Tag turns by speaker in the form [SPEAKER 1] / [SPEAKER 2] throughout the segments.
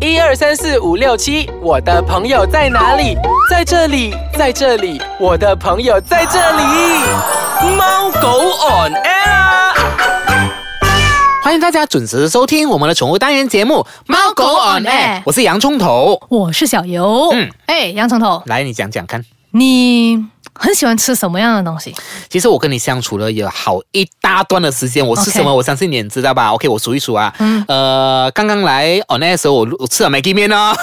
[SPEAKER 1] 一二三四五六七，我的朋友在哪里？在这里，在这里，我的朋友在这里。
[SPEAKER 2] 猫狗 on air 啊。
[SPEAKER 3] 欢迎大家准时收听我们的宠物单元节目《猫狗 on air》，我是洋葱头。
[SPEAKER 4] 我是小游。
[SPEAKER 3] 嗯
[SPEAKER 4] 嗯，哎，洋葱头，
[SPEAKER 3] 来，你讲讲看。
[SPEAKER 4] 你很喜欢吃什么样的东西？
[SPEAKER 3] 其实我跟你相处了有好一大段的时间，我吃
[SPEAKER 4] OK
[SPEAKER 3] 什么我相信你也知道吧？OK，我数一数啊，
[SPEAKER 4] 嗯
[SPEAKER 3] 呃，刚刚来 on air 的时候，我我吃了 Maggie 面 哦，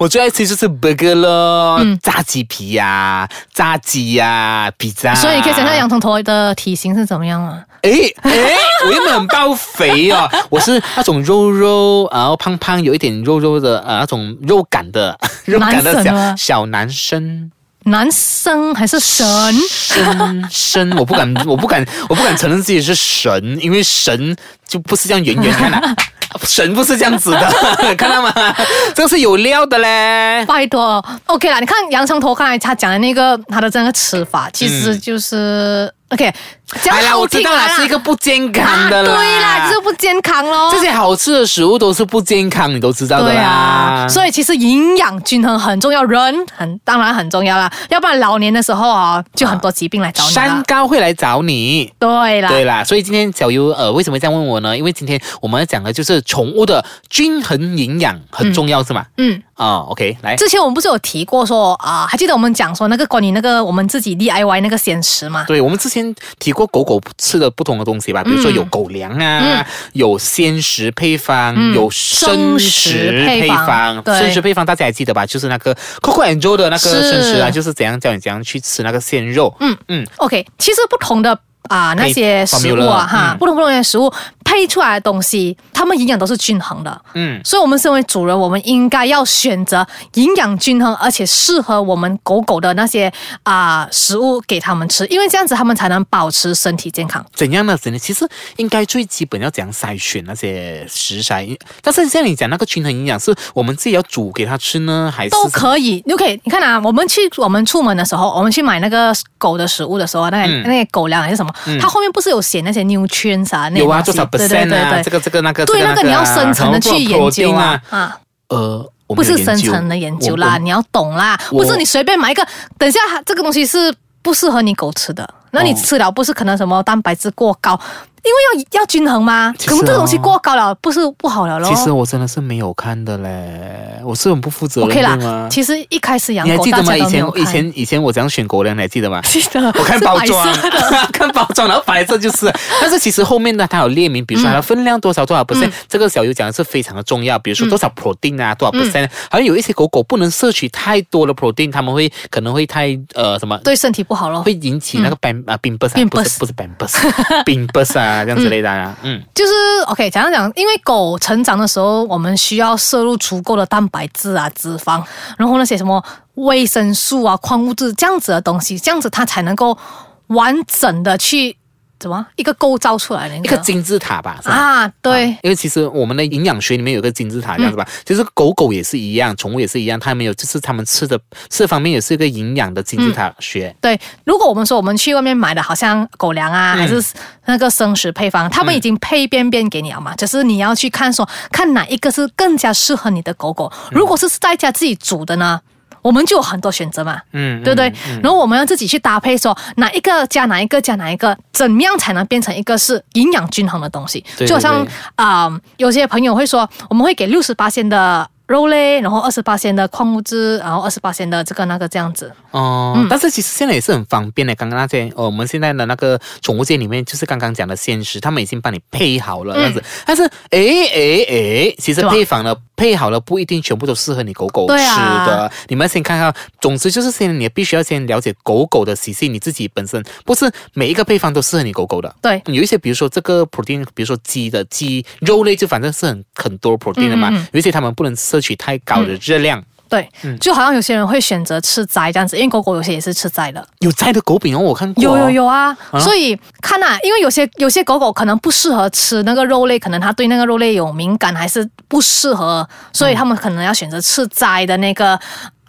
[SPEAKER 3] 我最爱吃就是 burger 咯，
[SPEAKER 4] 嗯
[SPEAKER 3] 炸鸡皮呀、炸鸡呀、披萨，
[SPEAKER 4] 所以你可以想象洋葱头的体型是怎么样啊吗？
[SPEAKER 3] 诶诶，哎我原本很爆肥哦， 我是那种肉肉，然后胖胖，有一点肉肉的，呃，那种肉感的 肉感的
[SPEAKER 4] 男神
[SPEAKER 3] 小
[SPEAKER 4] 啊
[SPEAKER 3] 小男生。
[SPEAKER 4] 男生还是神？
[SPEAKER 3] 生生，我不敢，我不敢，我不敢承认自己是神，因为神就不是这样圆圆看 啊。神不是这样子的， 看到吗？这个是有料的嘞。
[SPEAKER 4] 拜托，OK 啦，你看洋葱头刚才他讲的那个他的这个吃法，其实就是、OK，
[SPEAKER 3] 嗯
[SPEAKER 4] 讲
[SPEAKER 3] 哎呀，
[SPEAKER 4] 好
[SPEAKER 3] 我知
[SPEAKER 4] 听
[SPEAKER 3] 道了，
[SPEAKER 4] 啦
[SPEAKER 3] 是一个不健康的啦。
[SPEAKER 4] 啊对啦，就是不健康咯。
[SPEAKER 3] 这些好吃的食物都是不健康，你都知道的
[SPEAKER 4] 对
[SPEAKER 3] 啦。
[SPEAKER 4] 啊，所以其实营养均衡很重要，人很当然很重要啦，要不然老年的时候啊，就很多疾病来找你
[SPEAKER 3] 山
[SPEAKER 4] 了。
[SPEAKER 3] 高会来找你。
[SPEAKER 4] 对啦，
[SPEAKER 3] 对啦，所以今天小优呃为什么这样问我呢？因为今天我们要讲的就是宠物的均衡营养很重要，是吗？
[SPEAKER 4] 嗯，
[SPEAKER 3] 哦，OK，来，
[SPEAKER 4] 之前我们不是有提过说啊、还记得我们讲说那个关于那个我们自己 DIY 那个鲜食嘛？
[SPEAKER 3] 对，我们之前提过狗狗吃的不同的东西吧，比
[SPEAKER 4] 嗯
[SPEAKER 3] 如说有狗粮啊，有鲜食配方，
[SPEAKER 4] 嗯
[SPEAKER 3] 有生食配方
[SPEAKER 4] 生食配方。对
[SPEAKER 3] 生食配方大家还记得吧？就是那个 Coco and Joe 的那个
[SPEAKER 4] 是
[SPEAKER 3] 生食啊，就是怎样教你怎样去吃那个鲜肉。
[SPEAKER 4] 嗯
[SPEAKER 3] 嗯，
[SPEAKER 4] OK，其实不同的啊、那些食物
[SPEAKER 3] formula，
[SPEAKER 4] 啊哈，
[SPEAKER 3] 嗯
[SPEAKER 4] 不同不同的食物配出来的东西，它们营养都是均衡的。
[SPEAKER 3] 嗯
[SPEAKER 4] 所以，我们身为主人，我们应该要选择营养均衡，而且适合我们狗狗的那些啊、食物给它们吃，因为这样子它们才能保持身体健康。
[SPEAKER 3] 怎样呢？怎样？其实应该最基本要怎样筛选那些食材，但是像你讲那个均衡营养，是我们自己要煮给它吃呢，还是
[SPEAKER 4] 都可以。OK，你看啊，我们去我们出门的时候，我们去买那个狗的食物的时候，啊那个、
[SPEAKER 3] 嗯
[SPEAKER 4] 那个狗粮还是什么，它后面不是有写那些 nutrients 啊？那些
[SPEAKER 3] 有啊，多
[SPEAKER 4] 东西
[SPEAKER 3] 少 percent 啊？这个这个那个，
[SPEAKER 4] 对
[SPEAKER 3] 这
[SPEAKER 4] 那个你要
[SPEAKER 3] 啊
[SPEAKER 4] 深层的
[SPEAKER 3] 然后
[SPEAKER 4] 去研究
[SPEAKER 3] protein
[SPEAKER 4] 啊啊。
[SPEAKER 3] 呃，我
[SPEAKER 4] 不
[SPEAKER 3] 没有
[SPEAKER 4] 是深
[SPEAKER 3] 究
[SPEAKER 4] 层的研究
[SPEAKER 3] 我
[SPEAKER 4] 啦，
[SPEAKER 3] 我
[SPEAKER 4] 你要懂啦，
[SPEAKER 3] 我
[SPEAKER 4] 不是你随便买一个。等一下，这个东西是不适合你狗吃的，那
[SPEAKER 3] 哦
[SPEAKER 4] 你吃了不是可能什么蛋白质过高，因为要要均衡嘛。
[SPEAKER 3] 其实
[SPEAKER 4] 可能这个东西
[SPEAKER 3] 哦
[SPEAKER 4] 过高了，不是不好了咯。
[SPEAKER 3] 其实我真的是没有看的嘞，我是很不负责
[SPEAKER 4] OK
[SPEAKER 3] 任的
[SPEAKER 4] 啦
[SPEAKER 3] 吗，？
[SPEAKER 4] 其实一开始养
[SPEAKER 3] 你还
[SPEAKER 4] 狗
[SPEAKER 3] 记
[SPEAKER 4] 大
[SPEAKER 3] 得吗？
[SPEAKER 4] 家
[SPEAKER 3] 以
[SPEAKER 4] 都没
[SPEAKER 3] 前
[SPEAKER 4] 有看
[SPEAKER 3] 以前以前我怎样选狗粮，你还记得吗？
[SPEAKER 4] 记得
[SPEAKER 3] 我看包装
[SPEAKER 4] 是白色的，
[SPEAKER 3] 看包装，然后白色就是。但是其实后面呢，它有列明，比如说它的分量多少多少 percent，、这
[SPEAKER 4] 嗯
[SPEAKER 3] 个小优讲的是非常的重要。比如说多少 protein 啊，多少 percent，、好
[SPEAKER 4] 嗯
[SPEAKER 3] 像有一些狗狗不能摄取太多的 protein，它们会可能会太呃什么
[SPEAKER 4] 对嗯身体不好咯。
[SPEAKER 3] 会引起那个 ban 啊 bin bus 啊，
[SPEAKER 4] Bin
[SPEAKER 3] 不是
[SPEAKER 4] burst
[SPEAKER 3] 不是 ban bus bin bus 啊这样之类的啊，嗯
[SPEAKER 4] 就是 OK，讲一讲，因为狗成长的时候，我们需要摄入足够的蛋白质啊、脂肪，然后那些什么维生素啊、矿物质这样子的东西，这样子它才能够完整的去怎么一个构造出来的
[SPEAKER 3] 一个金字塔吧，是吧？
[SPEAKER 4] 啊，对嗯
[SPEAKER 3] 啊，因为其实我们的营养学里面有个金字塔这样子吧，其实狗狗也是一样，宠物也是一样，它们有就是它们吃的吃的方面也是一个营养的金字塔学。
[SPEAKER 4] 对，如果我们说我们去外面买的，好像狗粮
[SPEAKER 3] 嗯
[SPEAKER 4] 啊，还是那个生食配方，他们已经配便便给你了嘛，只是你要去看说看哪一个是更加适合你的狗狗。
[SPEAKER 3] 嗯
[SPEAKER 4] 如果是在家自己煮的呢，我们就有很多选择嘛，
[SPEAKER 3] 嗯，
[SPEAKER 4] 对不对
[SPEAKER 3] 嗯？
[SPEAKER 4] 然后我们要自己去搭配说，哪一个加哪一个加哪一个，怎么样才能变成一个是营养均衡的东西？
[SPEAKER 3] 对
[SPEAKER 4] 就好像
[SPEAKER 3] 对
[SPEAKER 4] 啊、有些朋友会说，我们会给六十八鲜的肉类，然后二十八鲜的矿物质，然后二十八鲜的这个那个这样子。
[SPEAKER 3] 哦、
[SPEAKER 4] 嗯
[SPEAKER 3] 但是其实现在也是很方便的。刚刚那些，呃，我们现在的那个宠物界里面，就是刚刚讲的鲜食，他们已经帮你配好了这
[SPEAKER 4] 嗯
[SPEAKER 3] 样子。但是，诶诶诶，其实
[SPEAKER 4] 对吧
[SPEAKER 3] 配方呢，配好了不一定全部都适合你狗狗吃
[SPEAKER 4] 对
[SPEAKER 3] 的。
[SPEAKER 4] 啊
[SPEAKER 3] 你们先看看，总之就是先，你必须要先了解狗狗的习性，你自己本身不是每一个配方都适合你狗狗的。
[SPEAKER 4] 对，
[SPEAKER 3] 有一些，比如说这个 protein，比如说鸡的鸡肉类，就反正是很很多 protein 的嘛。
[SPEAKER 4] 嗯嗯嗯嗯
[SPEAKER 3] 有一些它们不能摄取太高的热量。
[SPEAKER 4] 对，
[SPEAKER 3] 嗯
[SPEAKER 4] 就好像有些人会选择吃斋这样子，因为狗狗有些也是吃斋的。
[SPEAKER 3] 有摘的狗饼哦，我看过、
[SPEAKER 4] 有
[SPEAKER 3] 哦。
[SPEAKER 4] 有有啊，
[SPEAKER 3] 啊
[SPEAKER 4] 所以看啊，因为有些有些狗狗可能不适合吃那个肉类，可能它对那个肉类有敏感，还是不适合，
[SPEAKER 3] 嗯
[SPEAKER 4] 所以他们可能要选择吃斋的那个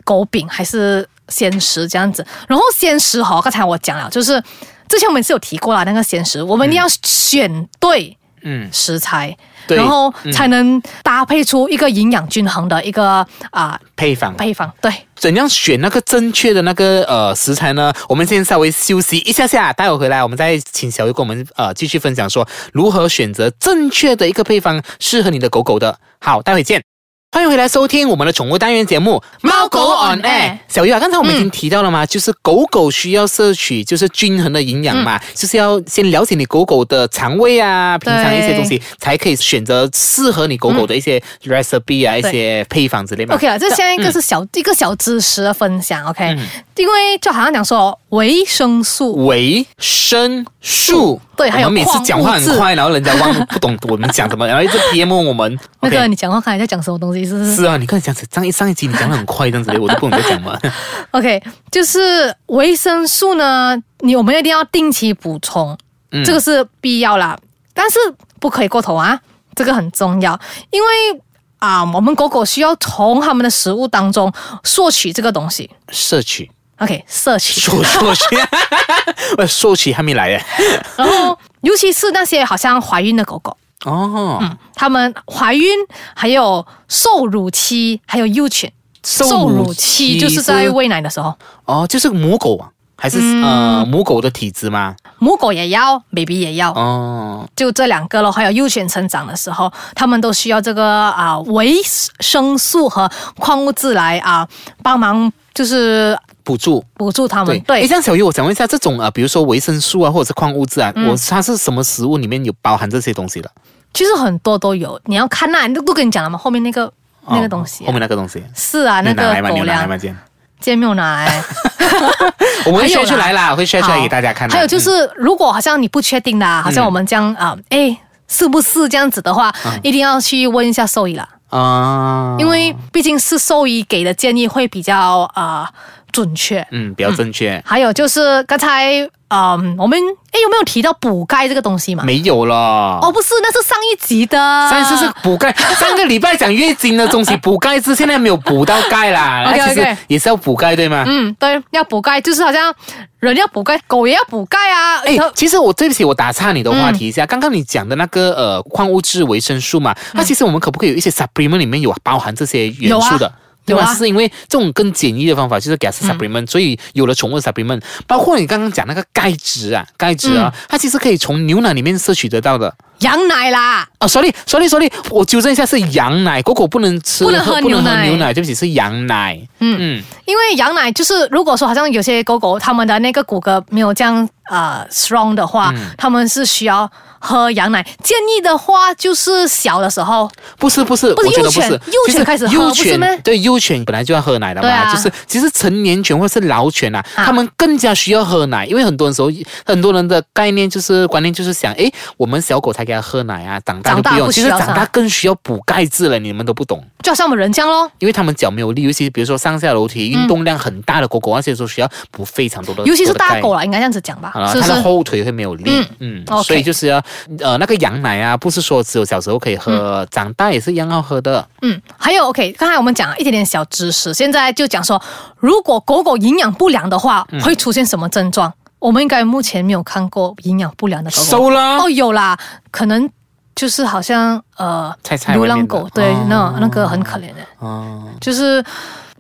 [SPEAKER 4] 狗饼还是鲜食这样子。然后鲜食哈，刚才我讲了，就是之前我们是有提过啦，那个鲜食，我们一定要选对。
[SPEAKER 3] 嗯
[SPEAKER 4] 食材，
[SPEAKER 3] 对嗯
[SPEAKER 4] 然后才能搭配出一个营养均衡的一个啊、
[SPEAKER 3] 配方。
[SPEAKER 4] 配方。对，
[SPEAKER 3] 怎样选那个正确的那个呃食材呢？我们先稍微休息一下下，待会回来我们再请小鱼跟我们呃继续分享说如何选择正确的一个配方，适合你的狗狗的。好，待会见。欢迎回来收听我们的宠物单元节目《猫狗 on air》。小鱼啊，刚才我们已经提到了嘛，就是狗狗需要摄取就是均衡的营养嘛，就是要先了解你狗狗的肠胃啊，平常一些东西，才可以选择适合你狗狗的一些 recipe 啊，一些配方之类嘛。
[SPEAKER 4] OK 了，这下一
[SPEAKER 3] 嗯
[SPEAKER 4] 个是小、一个小知识的分享，OK，、因为就好像讲说维生素，
[SPEAKER 3] 维生素。
[SPEAKER 4] 对还有
[SPEAKER 3] 我们每次讲话
[SPEAKER 4] 矿物质
[SPEAKER 3] 很快，然后人家忘不懂我们讲什么，然后一直 PM 我们。
[SPEAKER 4] 那
[SPEAKER 3] OK
[SPEAKER 4] 个你讲话刚才在讲什么东西？是不是
[SPEAKER 3] 是啊，你看这样子，上一上一集你讲的很快，这样子我都不懂你在讲嘛。
[SPEAKER 4] ？OK，就是维生素呢，你我们一定要定期补充，
[SPEAKER 3] 嗯
[SPEAKER 4] 这个是必要啦，但是不可以过头啊，这个很重要，因为啊、我们狗狗需要从它们的食物当中摄取这个东西。
[SPEAKER 3] 摄取，
[SPEAKER 4] OK，摄取，
[SPEAKER 3] 摄摄取，喂，摄取还没来耶。
[SPEAKER 4] 然后尤其是那些好像怀孕的狗狗，
[SPEAKER 3] 哦，
[SPEAKER 4] 他们怀孕，还有受乳期，还有幼犬。
[SPEAKER 3] 受乳期
[SPEAKER 4] 就是在喂奶的时候，
[SPEAKER 3] 哦，就是母狗啊，还是呃母狗的体质吗？
[SPEAKER 4] 母狗也要，baby 也要，
[SPEAKER 3] 哦，
[SPEAKER 4] 就这两个咯。还有幼犬成长的时候，他们都需要这个啊、维生素和矿物质来啊、帮忙，就是
[SPEAKER 3] 补助。
[SPEAKER 4] 补助他
[SPEAKER 3] 对
[SPEAKER 4] 们。对
[SPEAKER 3] 诶，像小鱼，我想问一下，这种啊、呃比如说维生素啊，或者是矿物质啊，我它是什么食物里面有包含这些东西的？
[SPEAKER 4] 其实很多都有，你要看那、都都跟你讲了嘛，后面那个、那个
[SPEAKER 3] 哦
[SPEAKER 4] 东西啊、
[SPEAKER 3] 后面那个东西，
[SPEAKER 4] 是啊，那
[SPEAKER 3] 牛奶
[SPEAKER 4] 个
[SPEAKER 3] 嘛，
[SPEAKER 4] 狗
[SPEAKER 3] 牛奶嘛，
[SPEAKER 4] 粮
[SPEAKER 3] 这样。
[SPEAKER 4] 煎牛奶。
[SPEAKER 3] 我们会
[SPEAKER 4] 还有
[SPEAKER 3] 晒出来啦，
[SPEAKER 4] 啦
[SPEAKER 3] 会晒出来给大家看的。嗯
[SPEAKER 4] 还有就是，如果好像你不确定的啊，好像我们这样啊，哎、是不是这样子的话，一定要去问一下兽医了，
[SPEAKER 3] 嗯啊，
[SPEAKER 4] 因为毕竟是兽医给的建议会比较啊、呃准确。
[SPEAKER 3] 嗯比较正确，
[SPEAKER 4] 还有就是刚才嗯、我们哎有没有提到补钙这个东西嘛？
[SPEAKER 3] 没有了。
[SPEAKER 4] 嗯哦，啊不是，那是上一集的。
[SPEAKER 3] 上一次是补 钙，上个礼拜讲月经的东西补钙是现在没有补到钙啦。
[SPEAKER 4] OK，OK
[SPEAKER 3] 那其实也是要补钙对吗？
[SPEAKER 4] 嗯，对，要补钙，就是好像人要补钙，狗也要补钙啊。
[SPEAKER 3] 哎
[SPEAKER 4] 然后，嗯
[SPEAKER 3] 其实我对不起，我打岔你的话题一下。刚刚你讲的那个呃矿物质维生素嘛，
[SPEAKER 4] 嗯
[SPEAKER 3] 那其实我们可不可以有一些 supplement 里面有包含这些元素的？对
[SPEAKER 4] 有啊
[SPEAKER 3] 吧？
[SPEAKER 4] 有啊嗯
[SPEAKER 3] 是因为这种更简易的方法就是给它吃 supplement，、所以有了宠物的 supplement，包括你刚刚讲那个钙质啊，钙质啊，
[SPEAKER 4] 嗯
[SPEAKER 3] 它其实可以从牛奶里面摄取得到的。
[SPEAKER 4] 羊奶啦，
[SPEAKER 3] 哦，sorry，sorry，sorry，我纠正一下，是羊奶，狗狗不能吃，
[SPEAKER 4] 不能喝牛奶
[SPEAKER 3] 牛奶，对不起，是羊奶。嗯
[SPEAKER 4] 因为羊奶就是，如果说好像有些狗狗它们的那个骨骼没有这样呃 strong 的话，
[SPEAKER 3] 嗯
[SPEAKER 4] 它们是需要喝羊奶。建议的话就是小的时候，
[SPEAKER 3] 不是不是，
[SPEAKER 4] 不是
[SPEAKER 3] 我觉得
[SPEAKER 4] 幼
[SPEAKER 3] 不
[SPEAKER 4] 犬
[SPEAKER 3] 是，
[SPEAKER 4] 幼
[SPEAKER 3] 其实
[SPEAKER 4] 犬开始喝
[SPEAKER 3] 幼
[SPEAKER 4] 不是咩
[SPEAKER 3] 犬对幼犬本来就要喝奶的嘛，
[SPEAKER 4] 对啊
[SPEAKER 3] 就是其实成年犬或是老犬啊，
[SPEAKER 4] 啊
[SPEAKER 3] 它们更加需要喝奶，因为很多人时候很多人的概念就是观念就是想，诶，我们小狗才给它喝奶啊，长大就
[SPEAKER 4] 长大
[SPEAKER 3] 不用，
[SPEAKER 4] 不
[SPEAKER 3] 其
[SPEAKER 4] 需
[SPEAKER 3] 实
[SPEAKER 4] 要
[SPEAKER 3] 长大
[SPEAKER 4] 是吧
[SPEAKER 3] 更需要补钙质了，你们都不懂。
[SPEAKER 4] 就好像我们人这样咯。
[SPEAKER 3] 因为它们脚没有力，尤其比如说上下楼梯、运动量很大的狗狗，那些时候需要补非常多的，
[SPEAKER 4] 尤其是
[SPEAKER 3] 多的
[SPEAKER 4] 大
[SPEAKER 3] 钙
[SPEAKER 4] 狗啦，应该这样子讲吧
[SPEAKER 3] 好，了，
[SPEAKER 4] 是不
[SPEAKER 3] 它
[SPEAKER 4] 是
[SPEAKER 3] 的？后腿会没有力，嗯，
[SPEAKER 4] OK
[SPEAKER 3] 所以就是要呃那个羊奶啊，不是说只有小时候可以喝，长大也是一样要喝的。
[SPEAKER 4] 嗯，还有 OK，刚才我们讲了一点点小知识，现在就讲说，如果狗狗营养不良的话，会出现什么症状？我们应该目前没有看过营养不良的狗狗。
[SPEAKER 3] 收啦
[SPEAKER 4] 哦，有啦，可能就是好像呃，
[SPEAKER 3] 菜菜
[SPEAKER 4] 流
[SPEAKER 3] 外
[SPEAKER 4] 浪
[SPEAKER 3] 面的
[SPEAKER 4] 狗，对，
[SPEAKER 3] 哦
[SPEAKER 4] 那那个很可怜的，
[SPEAKER 3] 哦，
[SPEAKER 4] 就是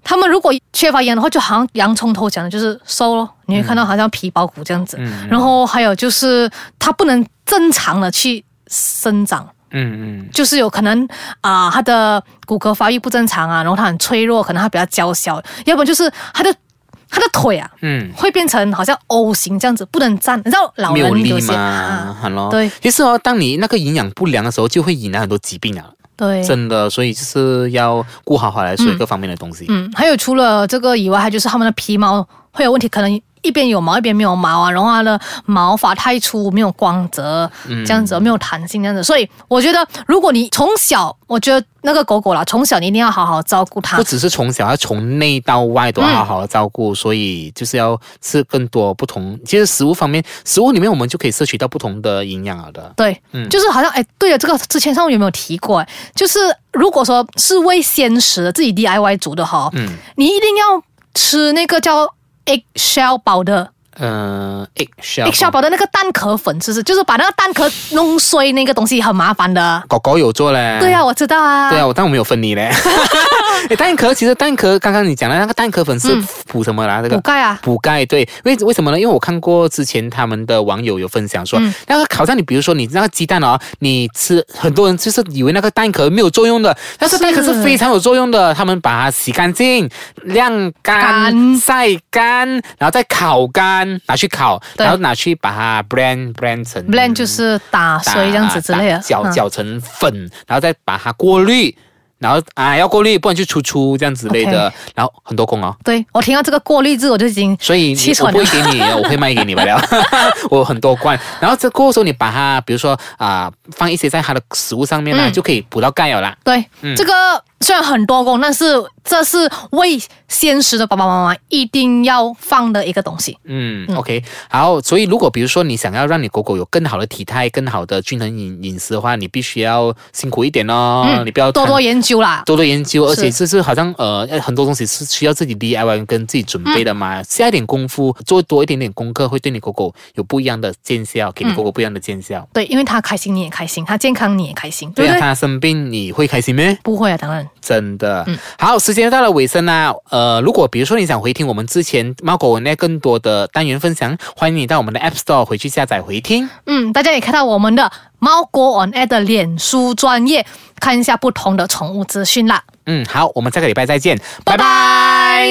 [SPEAKER 4] 他们如果缺乏盐的话，就好像洋葱头讲的，就是瘦咯，
[SPEAKER 3] 嗯
[SPEAKER 4] 你会看到好像皮包骨这样子。然后还有就是它不能正常的去生长。
[SPEAKER 3] 嗯嗯，
[SPEAKER 4] 就是有可能啊、它的骨骼发育不正常啊，然后它很脆弱，可能它比较娇小，要不然就是它的它的腿啊，
[SPEAKER 3] 嗯，
[SPEAKER 4] 会变成好像 O 型这样子，不能站。你知道老
[SPEAKER 3] 没有
[SPEAKER 4] 人有
[SPEAKER 3] 力
[SPEAKER 4] 些
[SPEAKER 3] 嘛，
[SPEAKER 4] 啊，
[SPEAKER 3] 好咯。
[SPEAKER 4] 对
[SPEAKER 3] 其实哦，当你那个营养不良的时候，就会引来很多疾病啊，
[SPEAKER 4] 对，
[SPEAKER 3] 真的。所以就是要顾好好来所有各方面的东西。
[SPEAKER 4] 嗯，还有除了这个以外，还就是它们的皮毛会有问题，可能一边有毛一边没有毛啊，然后它的毛发太粗，没有光泽，这样子没有弹性，这样子。所以我觉得，如果你从小，我觉得那个狗狗啦，从小你一定要好好照顾它
[SPEAKER 3] 不。只是从小，要从内到外都要好好的照顾，所
[SPEAKER 4] 嗯
[SPEAKER 3] 以就是要吃更多不同。其实食物方面，食物里面我们就可以摄取到不同的营养了的。
[SPEAKER 4] 对，就是好像哎，对了，这个之前上面有没有提过？哎，就是如果说是为鲜食的自己 DIY 煮的哈，
[SPEAKER 3] 嗯
[SPEAKER 4] 你一定要吃那个叫 egg shell 包的
[SPEAKER 3] 呃 egg shell，
[SPEAKER 4] egg shell 包的那个蛋壳粉，是不是？就是把那个蛋壳弄碎，那个东西很麻烦的。
[SPEAKER 3] 狗狗有做嘞。
[SPEAKER 4] 对啊，我知道
[SPEAKER 3] 嗯
[SPEAKER 4] 啊。
[SPEAKER 3] 对啊，我但我没有分你嘞。 诶蛋壳其实蛋壳，刚刚你讲的那个蛋壳粉是补什么啦？这个
[SPEAKER 4] 嗯补钙啊
[SPEAKER 3] 补钙对。为为什么呢？因为我看过之前他们的网友有分享说，
[SPEAKER 4] 嗯
[SPEAKER 3] 那个烤蛋，你比如说你那个鸡蛋哦，你吃很多人就是以为那个蛋壳没有作用的，但是蛋壳是非常有作用的。他们把它洗干净、晾干、
[SPEAKER 4] 干
[SPEAKER 3] 晒干，然后再烤干，拿去烤，
[SPEAKER 4] 对
[SPEAKER 3] 然后拿去把它 blend blend 成
[SPEAKER 4] blend 就是打
[SPEAKER 3] 打
[SPEAKER 4] 碎这样子之类的。
[SPEAKER 3] 打搅
[SPEAKER 4] 嗯
[SPEAKER 3] 搅成粉，然后再把它过滤，然后啊要过滤，不然就出出这样之类的
[SPEAKER 4] OK
[SPEAKER 3] 然后很多工哦。
[SPEAKER 4] 对我听到这个过滤字，我就已经
[SPEAKER 3] 所以你
[SPEAKER 4] 气
[SPEAKER 3] 我
[SPEAKER 4] 喘
[SPEAKER 3] 不
[SPEAKER 4] 了
[SPEAKER 3] 会。给你，我会卖给 你们了。我很多罐，然后这过后时候你把它，比如说啊、放一些在它的食物上面啦，
[SPEAKER 4] 嗯
[SPEAKER 3] 就可以补到钙了哦啦。
[SPEAKER 4] 对，
[SPEAKER 3] 嗯
[SPEAKER 4] 这个虽然很多功，但是这是为现实的爸爸妈妈一定要放的一个东西。
[SPEAKER 3] 嗯 o k 好，所以如果比如说你想要让你狗狗有更好的体态、更好的均衡饮饮食的话，你必须要辛苦一点哦，你不要
[SPEAKER 4] 嗯多
[SPEAKER 3] 贪
[SPEAKER 4] 多研究啦。
[SPEAKER 3] 多多研究，而
[SPEAKER 4] 是
[SPEAKER 3] 且就是好像呃很多东西是需要自己 DIY 跟自己准备的
[SPEAKER 4] 嗯
[SPEAKER 3] 嘛，下一点功夫，做多一点点功课，会对你狗狗有不一样的见效，
[SPEAKER 4] 嗯
[SPEAKER 3] 给你狗狗不一样的见效。
[SPEAKER 4] 对，因为他开心你也开心，他健康你也开心，对
[SPEAKER 3] 对
[SPEAKER 4] 不
[SPEAKER 3] 啊，
[SPEAKER 4] 对？
[SPEAKER 3] 它生病你会开心咩？
[SPEAKER 4] 不会啊，当然。
[SPEAKER 3] 真的。
[SPEAKER 4] 嗯
[SPEAKER 3] 好，时间到了尾声啦、呃，如果比如说你想回听我们之前猫狗文那更多的单元分享，欢迎你到我们的 App Store 回去下载回听。
[SPEAKER 4] 嗯，大家也看到我们的猫狗 on air 的脸书专业，看一下不同的宠物资讯啦。
[SPEAKER 3] 嗯，好，我们下个礼拜再见，拜拜。
[SPEAKER 4] 拜拜